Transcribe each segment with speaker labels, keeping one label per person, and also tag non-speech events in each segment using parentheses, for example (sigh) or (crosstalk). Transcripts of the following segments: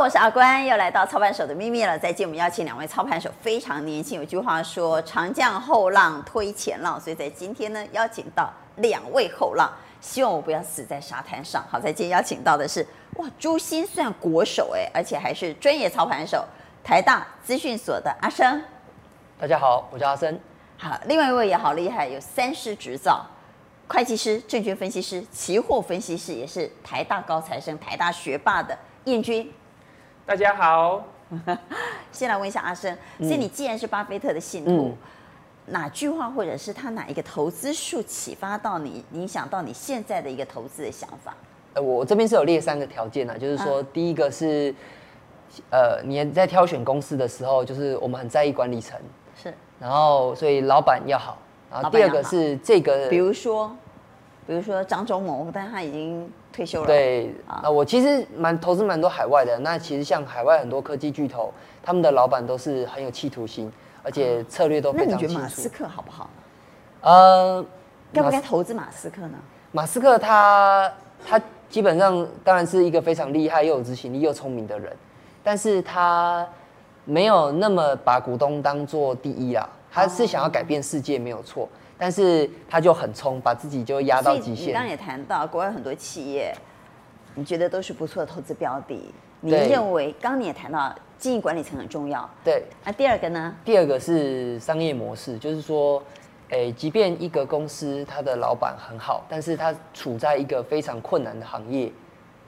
Speaker 1: 我是阿关，又来到操盘手的秘密了。再见，我们邀请两位操盘手，非常年轻。有句话说“长江后浪推前浪”，所以在今天呢，邀请到两位后浪，希望我不要死在沙滩上。好，在今天邀请到的是哇，朱鑫算国手哎，而且还是专业操盘手，台大资讯所的阿生。
Speaker 2: 大家好，我叫阿森。
Speaker 1: 好，另外一位也好厉害，有三师执照，会计师、证券分析师、期货分析师，也是台大高材生、台大学霸的燕君。
Speaker 3: 大家好，
Speaker 1: (laughs)
Speaker 3: 嗯
Speaker 1: 先来问一下阿生，所以你既然是巴菲特的信徒，哪句话或者是他哪一个投资术启发到你，影响到你现在的一个投资的想法？
Speaker 2: 呃，我这边是有列三个条件啊，就是
Speaker 1: 嗯
Speaker 2: 说，第一个是，呃，你在挑选公司的时候，就是我们很在意管理层，
Speaker 1: 是，
Speaker 2: 然后所以老板要好，然后
Speaker 1: 老板
Speaker 2: 第
Speaker 1: 要
Speaker 2: 二
Speaker 1: 好
Speaker 2: 个是这个，
Speaker 1: 比如说，比如说张忠谋，但他已经退休了，，
Speaker 2: 对
Speaker 1: 啊
Speaker 2: 啊、我其实蛮投资蛮多海外的，那其实像海外很多科技巨头，他们的老板都是很有企图心，而且策略都
Speaker 1: 嗯那
Speaker 2: 非
Speaker 1: 你
Speaker 2: 常
Speaker 1: 觉
Speaker 2: 清
Speaker 1: 得马斯
Speaker 2: 楚。
Speaker 1: 克好不好？
Speaker 2: 呃，
Speaker 1: 该不该
Speaker 2: 马斯
Speaker 1: 投资马斯克呢？
Speaker 2: 马斯克他他基本上当然是一个非常厉害又有执行力又聪明的人，但是他没有那么把股东当做第一啦，
Speaker 1: 哦
Speaker 2: 他是想要改变世界没有错，但是他就很冲，把自己就压
Speaker 1: 所
Speaker 2: 到
Speaker 1: 以
Speaker 2: 极
Speaker 1: 你刚刚
Speaker 2: 限。
Speaker 1: 也谈到，国外很多企业，你觉得都是不错的投资标的，你
Speaker 2: 对
Speaker 1: 认为？刚刚你也谈到，经营管理层很重要。
Speaker 2: 对，
Speaker 1: 那第二个呢？
Speaker 2: 第二个是商业模式，就是说，诶、即便一个公司它的老板很好，但是他处在一个非常困难的行业，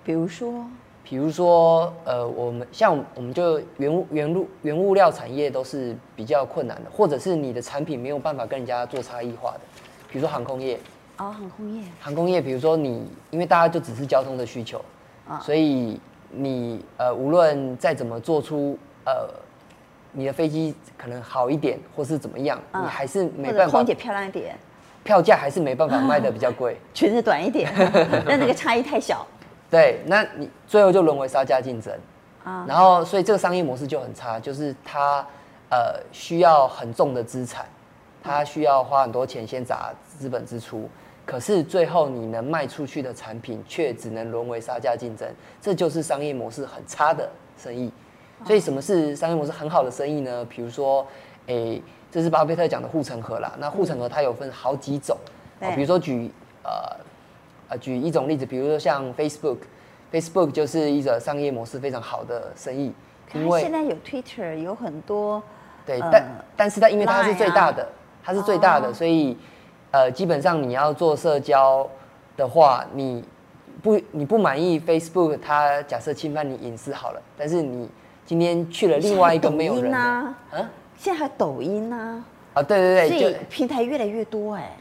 Speaker 1: 比如说，
Speaker 2: 比如说，呃，我们像我们就原物原物原物料产业都是比较困难的，或者是你的产品没有办法跟人家做差异化的。比如说航空业，
Speaker 1: 哦，航空业，
Speaker 2: 航空业，比如说你，因为大家就只是交通的需求，
Speaker 1: 啊
Speaker 2: 所以你呃无论再怎么做出呃你的飞机可能好一点，或是怎么样，
Speaker 1: 啊
Speaker 2: 你还是没
Speaker 1: 或者
Speaker 2: 办法
Speaker 1: 空姐，漂亮一点，
Speaker 2: 票价还是没办法卖的比较贵。
Speaker 1: 裙子短一
Speaker 2: (laughs)
Speaker 1: 点，那那个差异太小
Speaker 2: 对，那你最后就沦为杀价竞争。
Speaker 1: 啊。
Speaker 2: 然后，所以这个商业模式就很差，就是它呃需要很重的资产，
Speaker 1: 嗯
Speaker 2: 它需要花很多钱先砸资本支出，可是最后你能卖出去的产品却只能沦为杀价竞争，这就是商业模式很差的生意。
Speaker 1: 啊
Speaker 2: 所以什么是商业模式很好的生意呢？比如说，诶，这是巴菲特讲的护城河啦。那护城河它有分好几种，
Speaker 1: 对
Speaker 2: 哦比如说举呃呃，举一种例子，比如说像 Facebook，Facebook 就是一种商业模式非常好的生意，
Speaker 1: 可
Speaker 2: (laughs) 因
Speaker 1: 是
Speaker 2: 为
Speaker 1: 哎现在有 Twitter，有很多
Speaker 2: 对，
Speaker 1: 呃
Speaker 2: 但但是它因为它
Speaker 1: Line
Speaker 2: 是
Speaker 1: 啊
Speaker 2: 最大的，它是最大的，
Speaker 1: 哦
Speaker 2: 所以呃，基本上你要做社交的话，你不你不满意 Facebook，它假设侵犯你隐私好了，但是你今天去了另外一个没有人的，
Speaker 1: 现在还有抖音啊现在还
Speaker 2: 啊
Speaker 1: 有抖音啊，
Speaker 2: 啊，对对
Speaker 1: 所
Speaker 2: 对，
Speaker 1: 以
Speaker 2: 就
Speaker 1: 平台越来越多哎，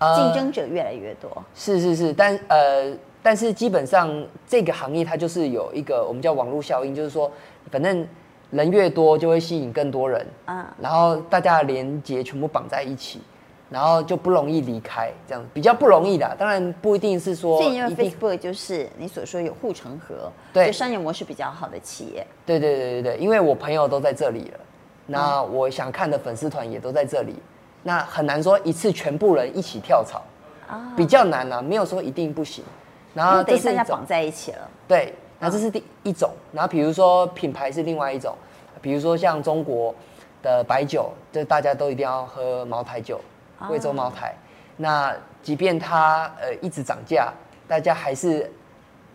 Speaker 2: 呃
Speaker 1: 竞争者越来越多。
Speaker 2: 是是是，但呃，但是基本上这个行业它就是有一个我们叫网络效应，就是说，反正人越多就会吸引更多人
Speaker 1: 啊
Speaker 2: 啊，然后大家的连接全部绑在一起，然后就不容易离开，这样比较不容易的。当然不一定是说
Speaker 1: 所以因为
Speaker 2: 一定
Speaker 1: Facebook 就是你所说有护城河，
Speaker 2: 对
Speaker 1: 就商业模式比较好的企业。
Speaker 2: 对对对对对，因为我朋友都在这里了，那
Speaker 1: 嗯
Speaker 2: 我想看的粉丝团也都在这里，那很难说一次全部人一起跳槽
Speaker 1: 啊
Speaker 2: 啊，比较难啊，没有说一定不行。然
Speaker 1: 因
Speaker 2: 后
Speaker 1: 为等
Speaker 2: 啊这
Speaker 1: 于
Speaker 2: 是
Speaker 1: 大
Speaker 2: 一
Speaker 1: 家
Speaker 2: 种
Speaker 1: 绑在一起了，
Speaker 2: 对，那这是第一种。然后比如说品牌是另外一种，比如说像中国的白酒，就大家都一定要喝茅台酒，
Speaker 1: 啊
Speaker 2: 贵州茅台。那即便它呃一直涨价，大家还是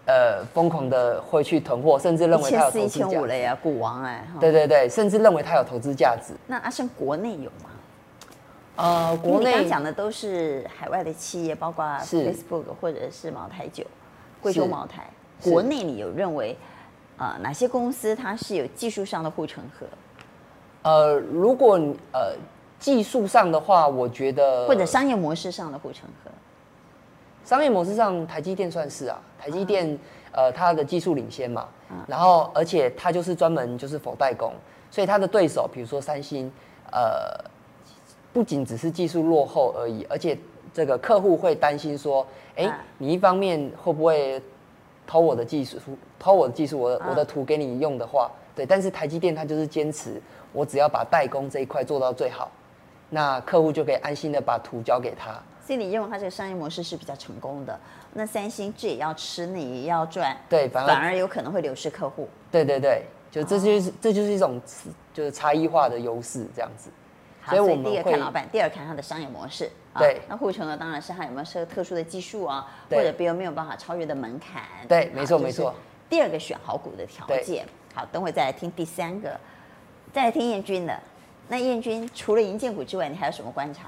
Speaker 2: 呃疯狂的会去囤货，甚至认
Speaker 1: 一
Speaker 2: 为它
Speaker 1: 千
Speaker 2: 有
Speaker 1: 四、
Speaker 2: 投
Speaker 1: 一
Speaker 2: 资价
Speaker 1: 千五了
Speaker 2: 值。
Speaker 1: 呀，股王哎。哈
Speaker 2: 对对对，甚至认为它有投资价值。
Speaker 1: 那阿胜国内有吗？
Speaker 2: 呃，
Speaker 1: 因为
Speaker 2: 国
Speaker 1: 你刚
Speaker 2: 内
Speaker 1: 刚讲的都是海外的企业，包括
Speaker 2: 是
Speaker 1: Facebook 或者是茅台酒、贵州
Speaker 2: 是
Speaker 1: 茅台。
Speaker 2: 是
Speaker 1: 国内你有认为，呃，哪些公司它是有技术上的护城河，
Speaker 2: 呃，如果你呃技术上的话，我觉得
Speaker 1: 或者商业模式上的护城河？
Speaker 2: 商业模式上，台积电算是啊，台积电、呃它的技术领先嘛，然后而且它就是专门就是否代工，所以它的对手比如说三星，呃，不仅只是技术落后而已，而且这个客户会担心说，哎、
Speaker 1: 啊
Speaker 2: 你一方面会不会偷我的技术，偷我的技术，我的、我的图给你用的话，对，但是台积电它就是坚持，我只要把代工这一块做到最好，那客户就可以安心的把图交给他。
Speaker 1: 所所以你认为它这个商业模式是比较成功的。那三星这也要吃，那也要赚，
Speaker 2: 对，反而
Speaker 1: 反而有可能会流失客户。
Speaker 2: 对对对，就这就是、这就是一种就是差异化的优势这样子。
Speaker 1: 好，
Speaker 2: 所以
Speaker 1: 所
Speaker 2: 我
Speaker 1: 以
Speaker 2: 们
Speaker 1: 第一个
Speaker 2: 会
Speaker 1: 看老板，第二看他的商业模式。啊
Speaker 2: 对
Speaker 1: 那护城河当然是他有没有设特殊的技术啊，或
Speaker 2: 对
Speaker 1: 者别人没有办法超越的门槛。
Speaker 2: 对
Speaker 1: 啊
Speaker 2: 没错
Speaker 1: 这
Speaker 2: 没
Speaker 1: 是
Speaker 2: 错
Speaker 1: 第二个选好股的条件。好，等会再来听第三个，再来听燕军的。那燕军除了银建股之外，你还有什么观察？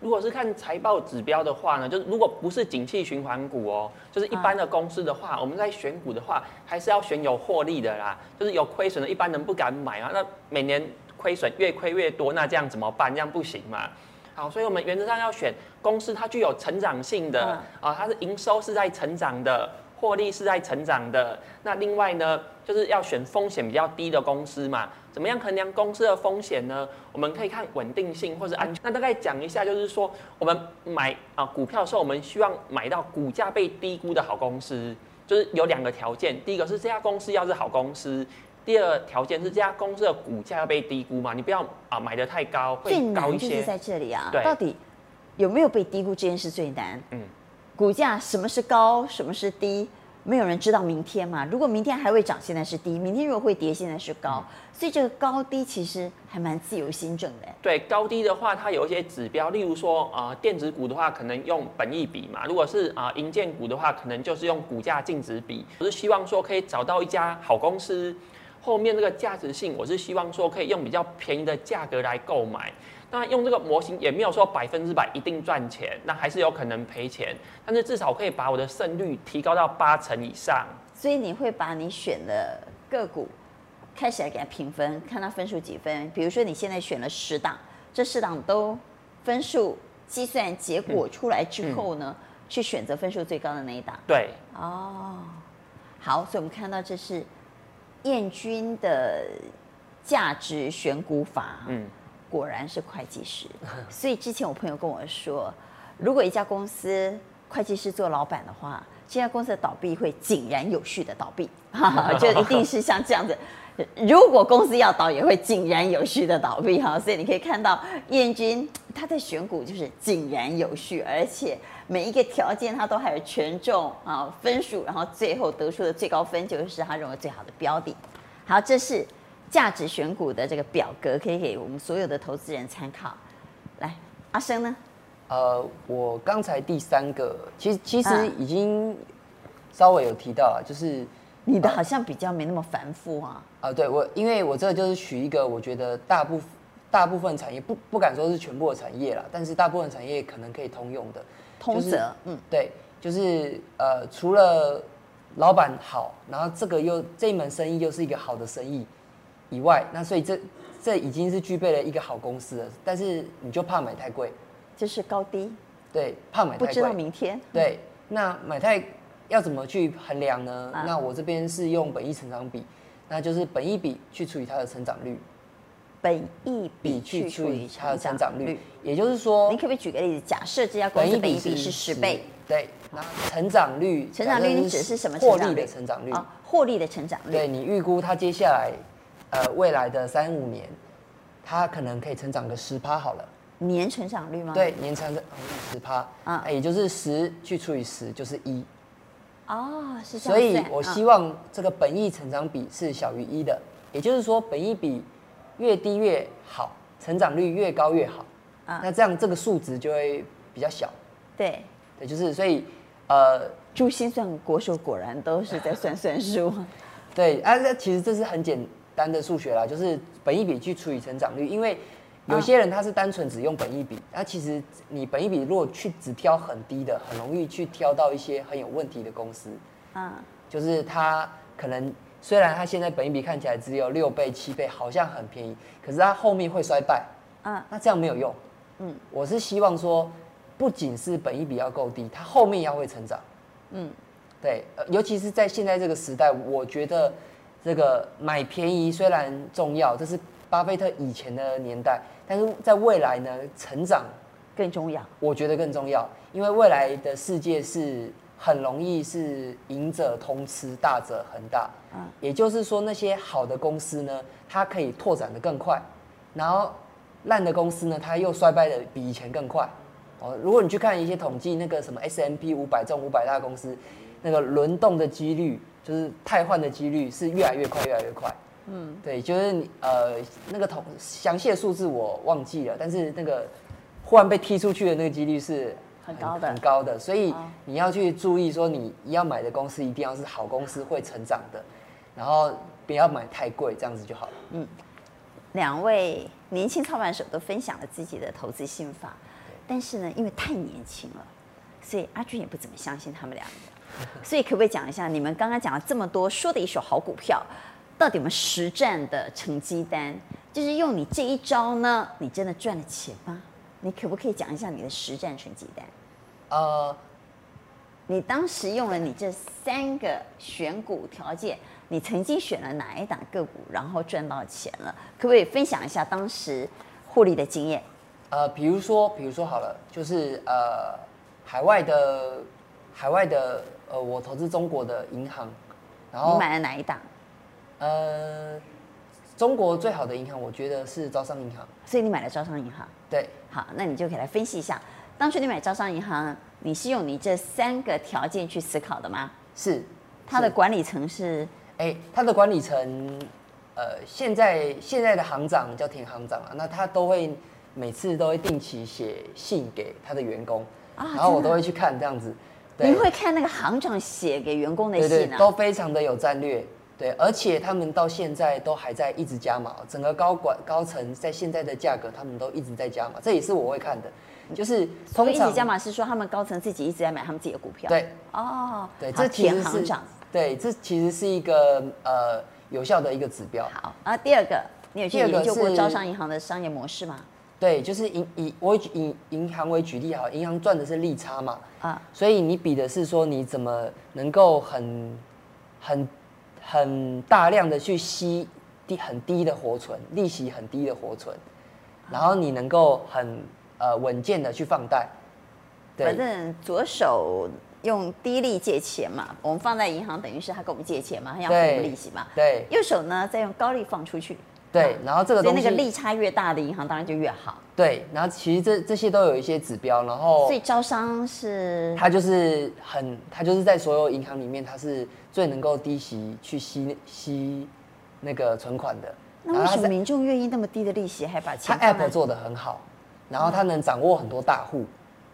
Speaker 3: 如果是看财报指标的话呢，就是如果不是景气循环股哦，就是一般的公司的话，我们在选股的话，还是要选有获利的啦。就是有亏损的，一般人不敢买啊。那每年亏损越亏越多，那这样怎么办？这样不行嘛。好，所以我们原则上要选公司它具有成长性的啊、
Speaker 1: 嗯
Speaker 3: 它是营收是在成长的，获利是在成长的。那另外呢，就是要选风险比较低的公司嘛。怎么样衡量公司的风险呢？我们可以看稳定性或是安全。那大概讲一下，就是说我们买啊、股票的时候，我们希望买到股价被低估的好公司，就是有两个条件，第一个是这家公司要是好公司。第二条件是这家公司的股价要被低估嘛，你不要啊买的太高，会
Speaker 1: 最
Speaker 3: 高
Speaker 1: 难
Speaker 3: 一
Speaker 1: 就
Speaker 3: 些。
Speaker 1: 是在这里啊，
Speaker 3: 对
Speaker 1: 到底有没有被低估这件事最难？
Speaker 3: 嗯
Speaker 1: 股价什么是高，什么是低？没有人知道明天嘛。如果明天还会涨，现在是低；明天如果会跌，现在是高。
Speaker 3: 嗯
Speaker 1: 所以这个高低其实还蛮自由心证的。
Speaker 3: 对高低的话，它有一些指标，例如说啊、呃电子股的话，可能用本益比嘛；如果是啊、呃银建股的话，可能就是用股价净值比。我是希望说可以找到一家好公司，后面这个价值性，我是希望说可以用比较便宜的价格来购买。那用这个模型也没有说百分之百一定赚钱，那还是有可能赔钱，但是至少可以把我的胜率提高到八成以上。
Speaker 1: 所以你会把你选的个股开始来给它评分，看它分数几分。比如说你现在选了十档，这十档都分数计算结果
Speaker 3: 嗯
Speaker 1: 出来之后呢，去选择分数最高的那一档。
Speaker 3: 对，
Speaker 1: 哦，好，所以我们看到这是燕军的价值选股法，
Speaker 3: 嗯，
Speaker 1: 果然是会计师。所以之前我朋友跟我说，如果一家公司会计师做老板的话，这家公司的倒闭会井然有序的倒闭，哈哈，就一定是像这样子。如果公司要倒，也会井然有序的倒闭哈。所以你可以看到燕军他在选股就是井然有序，而且每一个条件他都还有权重啊分数，然后最后得出的最高分就是他认为最好的标的。好，这是价值选股的这个表格，可以给我们所有的投资人参考。来，阿生呢？
Speaker 2: 呃，我刚才第三个，其实其实
Speaker 1: 嗯
Speaker 2: 已经稍微有提到了，就是
Speaker 1: 你的好像比较没那么繁复啊。
Speaker 2: 啊，对我，因为我这就是取一个，我觉得大部大部分产业不不敢说是全部的产业啦，但是大部分产业可能可以通用的
Speaker 1: 通
Speaker 2: 就是
Speaker 1: 则嗯
Speaker 2: 对，就是呃，除了老板好，然后这个又这一门生意又是一个好的生意以外，那所以这这已经是具备了一个好公司了，但是你就怕买太贵，
Speaker 1: 就是高低，
Speaker 2: 对，怕买太
Speaker 1: 不
Speaker 2: 贵，
Speaker 1: 知道明天。
Speaker 2: 对，那买太要怎么去衡量呢？
Speaker 1: 啊
Speaker 2: 那我这边是用本益成长比，那就是本益比去除以它的成长率，
Speaker 1: 本益比
Speaker 2: 比去
Speaker 1: 去
Speaker 2: 除
Speaker 1: 除
Speaker 2: 以
Speaker 1: 以
Speaker 2: 它的成
Speaker 1: 成
Speaker 2: 长
Speaker 1: 长
Speaker 2: 率
Speaker 1: 率。，
Speaker 2: 也就是说
Speaker 1: 您，可不可以举个例子？假设这家公
Speaker 2: 本
Speaker 1: 司
Speaker 2: 益
Speaker 1: 本
Speaker 2: 比
Speaker 1: 益比是十倍，，
Speaker 2: 对，那成长率，
Speaker 1: 成长率你指的是什么成
Speaker 2: 获
Speaker 1: 长率？
Speaker 2: 利的成长率，
Speaker 1: 啊，获利的成长率。
Speaker 2: 对你预估它接下来，呃，未来的三五年，它可能可以成长个十趴好了。
Speaker 1: 年成长率吗？
Speaker 2: 对，年成长哦十趴，
Speaker 1: 啊
Speaker 2: 啊，也就是十去除以十就是一，
Speaker 1: 哦，是这
Speaker 2: 所
Speaker 1: 样
Speaker 2: 以
Speaker 1: 算。
Speaker 2: 我希
Speaker 1: 望
Speaker 2: 望这个本益成长比是小于一的，也就是说本益比越低越好，成长率越高越好。
Speaker 1: 啊
Speaker 2: 那这样这个数值就会比较小。
Speaker 1: 对。
Speaker 2: 对，就是所以呃，
Speaker 1: 珠心算国手果然都是在算算 (laughs) 术。
Speaker 2: 对啊，那其实这是很简单的数学啦，就是本益比去除以成长率，因为有些人他是单纯只用本益比，那、其实你本益比如果去只挑很低的，很容易去挑到一些很有问题的公司。
Speaker 1: 啊，
Speaker 2: 就是它可能虽然它现在本益比看起来只有六倍、七倍，好像很便宜，可是它后面会衰败。
Speaker 1: 嗯
Speaker 2: 啊，那这样没有用。嗯，我是希望说，不仅是本益比要够低，它后面要会成长。嗯，对、呃尤其是在现在这个时代，我觉得这个买便宜虽然重要，这是巴菲特以前的年代，但是在未来呢，成长
Speaker 1: 更重要。
Speaker 2: 我觉得更重要，因为未来的世界是很容易是赢者通吃，大者恒大。
Speaker 1: 嗯
Speaker 2: 也就是说，那些好的公司呢，它可以拓展的更快，然后烂的公司呢，它又衰败的比以前更快。哦，如果你去看一些统计，那个什么 S M P 五百这种五百大公司，那个轮动的几率，就是汰换的几率是越来越快，越来越快。嗯，对，就是你呃那个统详细的数字我忘记了，但是那个忽然被踢出去的那个几率是
Speaker 1: 很高的嗯
Speaker 2: 很高的，所以你要去注意说你要买的公司一定要是好公司，会成长的，然后不要买太贵，这样子就好了。
Speaker 1: 两位年轻操盘手都分享了自己的投资心法，但是呢，因为太年轻了，所以阿俊也不怎么相信他们两个。所以可不可以讲一下，你们刚刚讲了这么多，说的一手好股票，到底有没有实战的成绩单？就是用你这一招呢，你真的赚了钱吗？你可不可以讲一下你的实战成绩单？
Speaker 2: 呃，
Speaker 1: 你当时用了你这三个选股条件，你曾经选了哪一档个股，然后赚到钱了？可不可以分享一下当时获利的经验？
Speaker 2: 呃，比如说，比如说好了，就是呃，海外的海外的呃，我投资中国的银行，然
Speaker 1: 你
Speaker 2: 后
Speaker 1: 买了哪一档？
Speaker 2: 呃，中国最好的银行，我觉得是招商银行。
Speaker 1: 所以你买了招商银行。
Speaker 2: 对，
Speaker 1: 好，那你就可以来分析一下，当初你买招商银行，你是用你这三个条件去思考的吗？
Speaker 2: 是
Speaker 1: 它的
Speaker 2: 是
Speaker 1: 管理层是
Speaker 2: 哎，他的管理层，呃，现在现在的行长叫田行长啊，那他都会每次都会定期写信给他的员工，
Speaker 1: 啊
Speaker 2: 然后
Speaker 1: 真
Speaker 2: 我
Speaker 1: 的
Speaker 2: 都会去看这样子。
Speaker 1: 你会看那个行长写给员工的
Speaker 2: 对对
Speaker 1: 信，啊？
Speaker 2: 都非常的有战略。对，而且他们到现在都还在一直加码，整个高管高层在现在的价格，他们都一直在加码，这也是我会看的。就是
Speaker 1: 我
Speaker 2: 通
Speaker 1: 一直
Speaker 2: 常
Speaker 1: 加码是说他们高层自己一直在买他们自己的股票。
Speaker 2: 对
Speaker 1: 哦，
Speaker 2: 对，
Speaker 1: 好
Speaker 2: 这其
Speaker 1: 田
Speaker 2: 实
Speaker 1: 行
Speaker 2: 是
Speaker 1: 长。
Speaker 2: 对，这其实是一个呃有效的一个指标。
Speaker 1: 好，然后第二个，你有去
Speaker 2: 第二个
Speaker 1: 研究过
Speaker 2: 是
Speaker 1: 招商银行的商业模式吗？
Speaker 2: 对，就是银以我举以银行为举例好了，银行赚的是利差嘛，
Speaker 1: 啊，
Speaker 2: 所以你比的是说你怎么能够很、很、很大量的去吸低很低的活存，利息很低的活存，然后你能够很呃稳健的去放贷。
Speaker 1: 反
Speaker 2: 对
Speaker 1: 正左手用低利借钱嘛，我们放在银行等于是他给我们借钱嘛，他要付我们利息嘛。
Speaker 2: 对
Speaker 1: 右手呢再用高利放出去，啊
Speaker 2: 对，然后这个
Speaker 1: 所以
Speaker 2: 东
Speaker 1: 那
Speaker 2: 西
Speaker 1: 个利差越大的银行当然就越好。
Speaker 2: 对，然后其实这这些都有一些指标，然后
Speaker 1: 所以招商是
Speaker 2: 它就是很，它就是在所有银行里面，它是最能够低息去吸吸那个存款的。
Speaker 1: 那为
Speaker 2: 它
Speaker 1: 什么
Speaker 2: 在
Speaker 1: 民众愿意那么低的利息还把钱
Speaker 2: 它
Speaker 1: 放在
Speaker 2: App 做的很好，然后它能掌握很多大户，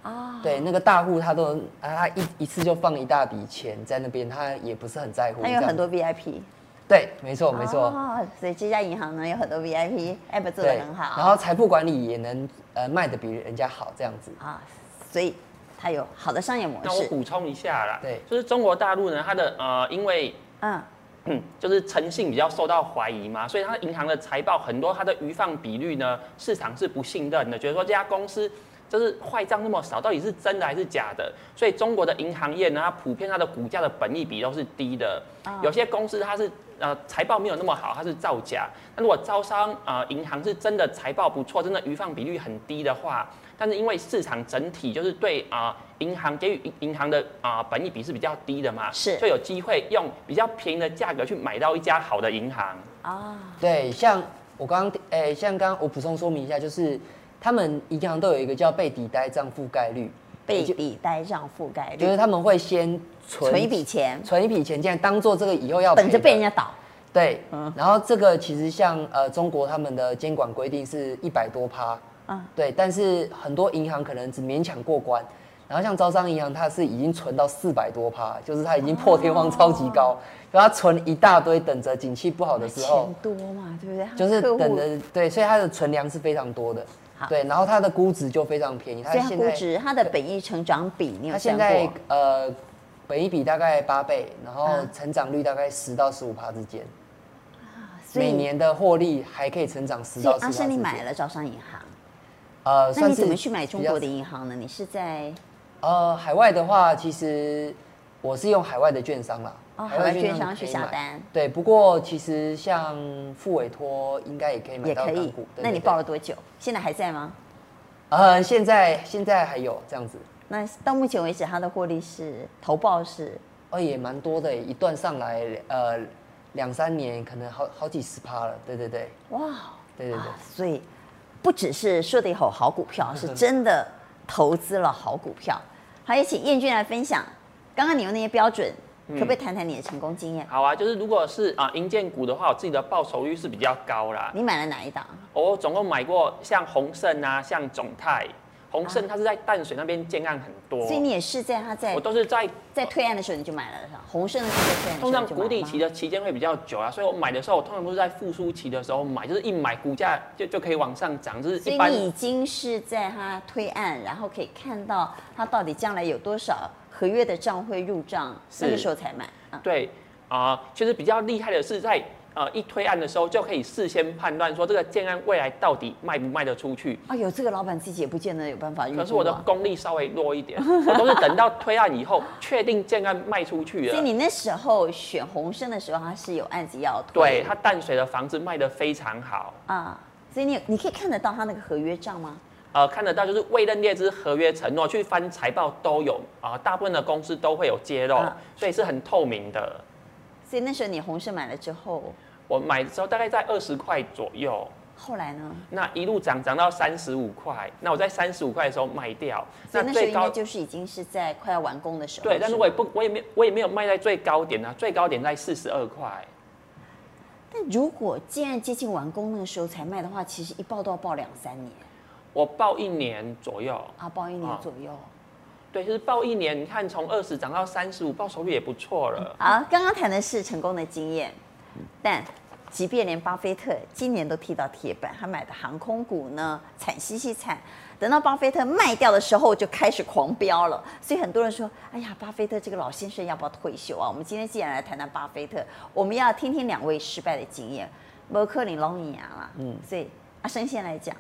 Speaker 1: 啊？
Speaker 2: 对那个大户他都啊，他一一次就放一大笔钱在那边，他也不是很在乎。
Speaker 1: 它
Speaker 2: 这
Speaker 1: 有
Speaker 2: 样
Speaker 1: 很多 VIP，
Speaker 2: 对，没错没错。
Speaker 1: 哦，所以这家银行呢有很多 VIP app 做的很好，
Speaker 2: 然后财富管理也能呃卖的比人家好，这样子。
Speaker 1: 啊，所以它有好的商业模
Speaker 3: 那我
Speaker 1: 式，
Speaker 3: 补充一下啦，
Speaker 2: 对
Speaker 3: 就是中国大陆呢，它的呃，因为
Speaker 1: 嗯，
Speaker 3: 嗯，就是诚信比较受到怀疑嘛，所以它银行的财报很多，它的余放比率呢，市场是不信任的，觉得说这家公司就是坏账那么少，到底是真的还是假的？所以中国的银行业呢，它普遍它的股价的本益比都是低的，有些公司它是呃财报没有那么好，它是造假。那如果招商呃银行是真的财报不错，真的余放比率很低的话，但是因为市场整体就是对啊、呃银行给予银银行的啊、呃本益比是比较低的嘛，
Speaker 1: 是
Speaker 3: 就有机会用比较便宜的价格去买到一家好的银行。
Speaker 1: 啊，
Speaker 2: 对，像我刚刚诶、像刚刚我补充说明一下，就是他们银行都有一个叫被抵呆账覆盖率，
Speaker 1: 被
Speaker 2: 也就
Speaker 1: 抵呆账覆盖率，
Speaker 2: 就是他们会先存
Speaker 1: 存一笔钱，
Speaker 2: 存一笔钱进来，当做这个以后要
Speaker 1: 等着
Speaker 2: 赔的
Speaker 1: 被人家倒。
Speaker 2: 对。
Speaker 1: 嗯
Speaker 2: 然后这个其实像呃中国他们的监管规定是一百多趴，
Speaker 1: 嗯
Speaker 2: 对，但是很多银行可能只勉强过关。然后像招商银行，它是已经存到四百多趴，就是它已经破天荒超级高，然后它存一大堆，等着景气不好的时候
Speaker 1: 哦钱，多嘛，对不对？
Speaker 2: 就是
Speaker 1: 客户
Speaker 2: 等着对，所以它的存粮是非常多的
Speaker 1: 好，
Speaker 2: 对，然后它的估值就非常便宜，它
Speaker 1: 所以它
Speaker 2: 现
Speaker 1: 估
Speaker 2: 在
Speaker 1: 值，它的本益成长比，你有
Speaker 2: 它现
Speaker 1: 算
Speaker 2: 在
Speaker 1: 过？
Speaker 2: 呃，本一比大概八倍，然后
Speaker 1: 嗯
Speaker 2: 成长率大概十到十五趴之间，
Speaker 1: 所
Speaker 2: 每
Speaker 1: 以，
Speaker 2: 年的获利还可以成长十
Speaker 1: 所
Speaker 2: 到
Speaker 1: 以
Speaker 2: 十趴
Speaker 1: 阿
Speaker 2: 之
Speaker 1: 生你买
Speaker 2: 间。
Speaker 1: 了招商银行，
Speaker 2: 呃
Speaker 1: 那
Speaker 2: 算
Speaker 1: 你
Speaker 2: 是
Speaker 1: 怎么去买中国的
Speaker 2: 比较？
Speaker 1: 银行呢？你是在
Speaker 2: 呃，海外的话，其实我是用海外的券商啦，
Speaker 1: 哦海外券商
Speaker 2: 可以
Speaker 1: 去下
Speaker 2: 买
Speaker 1: 单。
Speaker 2: 对，不过其实像付委托应该也可以买
Speaker 1: 也
Speaker 2: 到
Speaker 1: 可
Speaker 2: 港
Speaker 1: 以
Speaker 2: 股。？对
Speaker 1: 那
Speaker 2: 对
Speaker 1: 你
Speaker 2: 对
Speaker 1: 报了多久？现在还在吗？
Speaker 2: 呃，现在现在还有这样子，
Speaker 1: 那到目前为止，它的获利是投报是
Speaker 2: 哦，也蛮多的耶，一段上来，呃，两三年可能好好几十趴了，对对对，
Speaker 1: 哇，哦
Speaker 2: 对对对
Speaker 1: 啊所以不只是说的一口好股票，是真的投资了好股票。好，也请燕君来分享，刚刚你用那些标准，
Speaker 3: 嗯
Speaker 1: 可不可以谈谈你的成功经验？
Speaker 3: 好啊，就是如果是啊银建股的话，我自己的报酬率是比较高啦。
Speaker 1: 你买了哪一档？
Speaker 3: 我总共买过像宏盛啊，像总泰。宏盛它是在淡水那边建案很多，
Speaker 1: 所以你哎也啊是在他在
Speaker 3: 我都是在
Speaker 1: 在推案的时候你就买了，是吧？红盛的时候在推案的时候
Speaker 3: 通
Speaker 1: 你就买
Speaker 3: 常
Speaker 1: 了吗
Speaker 3: 谷底期的期间会比较久啊，所以我买的时候，我通常都是在复苏期的时候买，就是一买股价就就可以往上涨，就是
Speaker 1: 所
Speaker 3: 一
Speaker 1: 以
Speaker 3: 般
Speaker 1: 你已经是在他推案，然后可以看到他到底将来有多少合约的账会入账，
Speaker 3: 是
Speaker 1: 那个时候才买啊。
Speaker 3: 对啊、其实比较厉害的是在呃一推案的时候就可以事先判断说这个建案未来到底卖不卖得出去。
Speaker 1: 哎呦，这个老板自己也不见得有办法预估、啊。
Speaker 3: 可是我的功力稍微弱一点，我都是等到推案以后确定建案卖出去
Speaker 1: 所以
Speaker 3: 了。
Speaker 1: 你那时候选红生的时候，他是有案子要推
Speaker 3: 对，它淡水的房子卖得非常好，
Speaker 1: 啊，所以你你可以看得到他那个合约账吗？
Speaker 3: 呃，看得到就是未认列之合约承诺，去翻财报都有啊、大部分的公司都会有揭露，
Speaker 1: 啊
Speaker 3: 所以是很透明的。
Speaker 1: 所以那时候你红生买了之后，
Speaker 3: 我买的时候大概在二十块左右，
Speaker 1: 后来呢？
Speaker 3: 那一路涨涨到三十五块，那我在三十五块的时候卖掉，
Speaker 1: 所以那时候应该就是已经是在快要完工的时候。
Speaker 3: 对，但是
Speaker 1: 吗
Speaker 3: 我也不我也没我也没有卖在最高点啊，最高点在四十二块，
Speaker 1: 但如果既然接近完工那个时候才卖的话，其实一报都要报两三年
Speaker 3: 我报一年左右，
Speaker 1: 啊，报一年
Speaker 3: 啊
Speaker 1: 左右。
Speaker 3: 对，就是报一年，你看从二十涨到三十五，报酬率也不错了。
Speaker 1: 好，刚刚谈的是成功的经验，但即便连巴菲特今年都踢到铁板，他买的航空股呢惨兮兮惨，等到巴菲特卖掉的时候就开始狂飙了。所以很多人说：“哎呀，巴菲特这个老先生要不要退休啊？”我们今天既然来谈谈巴菲特，我们要听听两位失败的经
Speaker 2: 嗯
Speaker 1: 验。摩克林龙尼亚啦，嗯，所以阿生先来讲，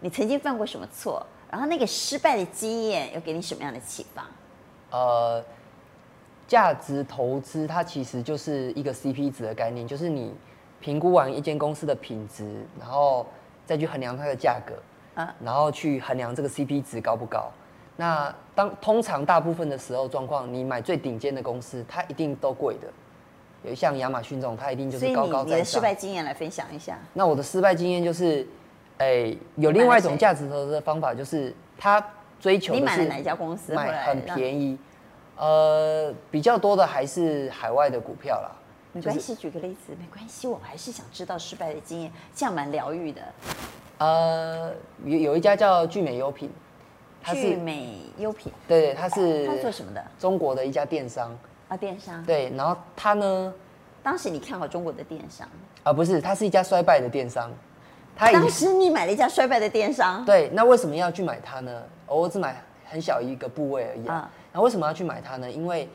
Speaker 1: 你曾经犯过什么错？然后那个失败的经验又给你什么样的启发？
Speaker 2: 呃，价值投资它其实就是一个 CP 值的概念，就是你评估完一间公司的品质，然后再去衡量它的价格，
Speaker 1: 啊
Speaker 2: 然后去衡量这个 CP 值高不高。那当通常大部分的时候状况，你买最顶尖的公司，它一定都贵的。有像亚马逊这种，它一定就
Speaker 1: 所
Speaker 2: 是
Speaker 1: 以
Speaker 2: 高
Speaker 1: 你
Speaker 2: 高
Speaker 1: 你
Speaker 2: 在
Speaker 1: 的失
Speaker 2: 上。
Speaker 1: 败经验来分享一下。
Speaker 2: 那我的失败经验就是，哎、有另外一种价值投资的方法，就是它追求
Speaker 1: 你
Speaker 2: 的
Speaker 1: 买了
Speaker 2: 是
Speaker 1: 哪一家公司？后
Speaker 2: 买
Speaker 1: 来
Speaker 2: 很
Speaker 1: 让
Speaker 2: 便宜，呃，比较多的还是海外的股票啦。
Speaker 1: 没
Speaker 2: 就是
Speaker 1: 关系，举个例子，没关系，我还是想知道失败的经验，这样蛮疗愈的。
Speaker 2: 呃，有有一家叫聚美优品，它
Speaker 1: 聚
Speaker 2: 是
Speaker 1: 美优品，
Speaker 2: 对，它是
Speaker 1: 它做什么的？
Speaker 2: 中国的一家电商，
Speaker 1: 啊，电商。
Speaker 2: 对，然后它呢，
Speaker 1: 当时你看好中国的电商，
Speaker 2: 啊、不是，它是一家衰败的电商，它
Speaker 1: 当
Speaker 2: 已
Speaker 1: 时你买了一家衰败的电商，
Speaker 2: 对，那为什么要去买它呢？我只买很小一个部位而已啊
Speaker 1: 啊。
Speaker 2: 那、为什么要去买它呢？因为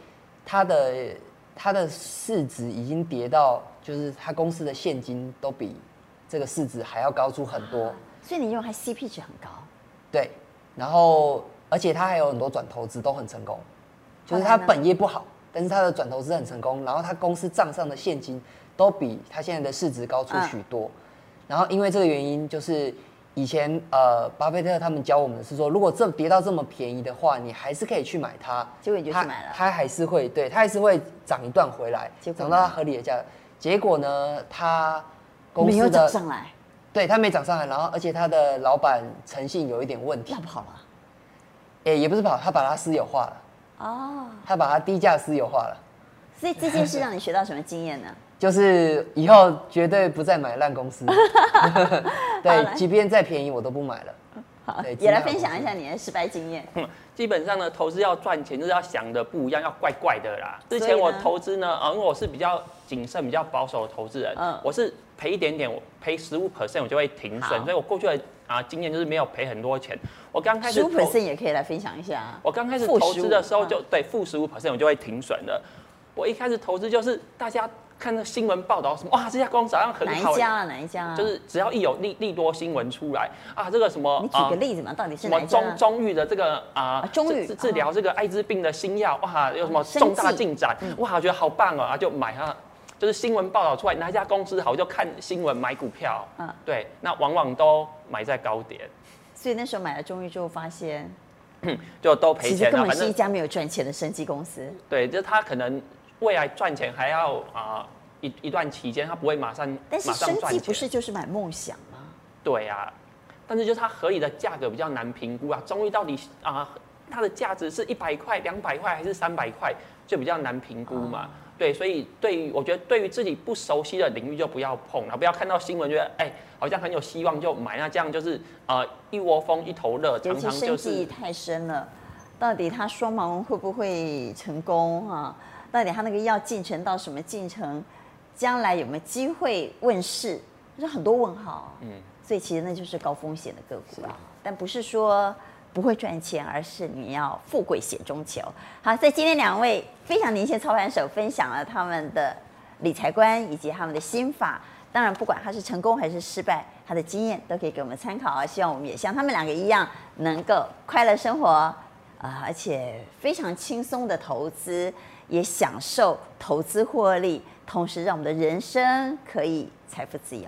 Speaker 2: 它的它的市值已经跌到，就是它公司的现金都比这个市值还要高出很多。
Speaker 1: 所以你认为它 CP 值很高，
Speaker 2: 对，然后而且它还有很多转投资都很成功，就是
Speaker 1: 后来
Speaker 2: 它
Speaker 1: 呢
Speaker 2: 本业不好，但是它的转投资很成功，然后它公司账上的现金都比它现在的市值高出
Speaker 1: 嗯
Speaker 2: 许多。然后因为这个原因，就是以前呃，巴菲特他们教我们的是说，如果这跌到这么便宜的话，你还是可以去买它，
Speaker 1: 结果你就去
Speaker 2: 它
Speaker 1: 买了
Speaker 2: 它还是会对它还是会涨一段回来
Speaker 1: 结，果
Speaker 2: 涨
Speaker 1: 呢
Speaker 2: 到它合理的价格。结果呢，它公
Speaker 1: 没有
Speaker 2: 司
Speaker 1: 涨
Speaker 2: 的
Speaker 1: 上来，
Speaker 2: 对它没涨上来，然后而且它的老板诚信有一点问题
Speaker 1: 那，不好了。
Speaker 2: (laughs) 也、哎也不是跑，他把它私有化了，
Speaker 1: 哦，
Speaker 2: 他把它低价私有化了，
Speaker 1: 所以这件事让你学到什么经验
Speaker 2: (laughs)
Speaker 1: 呢？
Speaker 2: 就是以后绝对不再买烂公司。 (laughs)
Speaker 1: 好来，
Speaker 2: 对即便再便宜我都不买了。
Speaker 1: 好
Speaker 2: 对，
Speaker 1: 也来
Speaker 2: 知道
Speaker 1: 分享
Speaker 2: 我
Speaker 1: 一下你的失败经
Speaker 2: (laughs)
Speaker 1: 验。
Speaker 3: 基本上呢，投资要赚钱就是要想的不一样，要怪怪的啦。之
Speaker 1: 所
Speaker 3: 前
Speaker 1: 以呢
Speaker 3: 我投资呢，呃，因为我是比较谨慎、比较保守的投资人，
Speaker 1: 嗯
Speaker 3: 我是赔一点点，我赔十五 percent 我就会停损，
Speaker 1: 好
Speaker 3: 所以我过去的啊、经验就是没有赔很多钱。我刚开始
Speaker 1: 十
Speaker 3: 投
Speaker 1: 五 percent 也可以来分享一下啊。
Speaker 3: 我刚开始
Speaker 1: 负嗯
Speaker 3: 投资的
Speaker 1: 15
Speaker 3: 时候就对负十五 percent 我就会停损了。我一开始投资就是大家看到新闻报道什么哇，这家公司好像很
Speaker 1: 哪一
Speaker 3: 好，
Speaker 1: 家
Speaker 2: 哎
Speaker 1: 啊？哪一家啊？
Speaker 3: 就是只要一有利利多新闻出来啊，这个什么
Speaker 1: 你举
Speaker 3: 啊
Speaker 1: 个例子嘛，到底
Speaker 3: 什
Speaker 1: 是
Speaker 3: 么
Speaker 1: 哪一家啊？
Speaker 3: 中中域的这个啊，
Speaker 1: 中域
Speaker 3: 治治治疗这个艾滋病的新药，哇，有什么
Speaker 1: 生嗯
Speaker 3: 重大
Speaker 1: 技
Speaker 3: 进展？哇，我觉得好棒哦，啊，就买它。就是新闻报道出来哪一家公司好，我就看新闻买股票。
Speaker 1: 嗯
Speaker 3: 对，那往往都买在高点， (clears throat)
Speaker 1: 所以那时候买了中裕之后，发现
Speaker 3: 就都赔
Speaker 1: 其实
Speaker 3: 钱
Speaker 1: 根
Speaker 3: 了。
Speaker 1: 本
Speaker 3: 反
Speaker 1: 是一
Speaker 3: 正
Speaker 1: 家没有赚钱的生技公司。
Speaker 3: 对，就是他可能未来赚钱还要啊、一一段期间，他不会马上
Speaker 1: 但是
Speaker 3: 马上
Speaker 1: 生
Speaker 3: 赚
Speaker 1: 技
Speaker 3: 钱。
Speaker 1: 不是就是买梦想吗？
Speaker 3: 对啊，但是就是它合理的价格比较难评估啊，中医到底啊、它的价值是一百块、两百块还是三百块，就比较难评估嘛。对，所以对于我觉得对于自己不熟悉的领域就不要碰，然后不要看到新闻觉得哎、好像很有希望就买，那这样就是呃一窝蜂一头热，
Speaker 1: 尤
Speaker 3: 常
Speaker 1: 其
Speaker 3: 常
Speaker 1: 生
Speaker 3: 就是
Speaker 1: 计太深了，到底他双盲会不会成功啊？到底他那个药进程到什么进程？将来有没有机会问世？就是很多问号。嗯，所以其实那就是高风险的个股啊，但不是说不会赚钱，而是你要富贵险中求。好，在今天两位非常年轻的操盘手分享了他们的理财观以及他们的心法。当然，不管他是成功还是失败，他的经验都可以给我们参考啊。希望我们也像他们两个一样，能够快乐生活啊、而且非常轻松的投资，也享受投资获利，同时让我们的人生可以财富自由。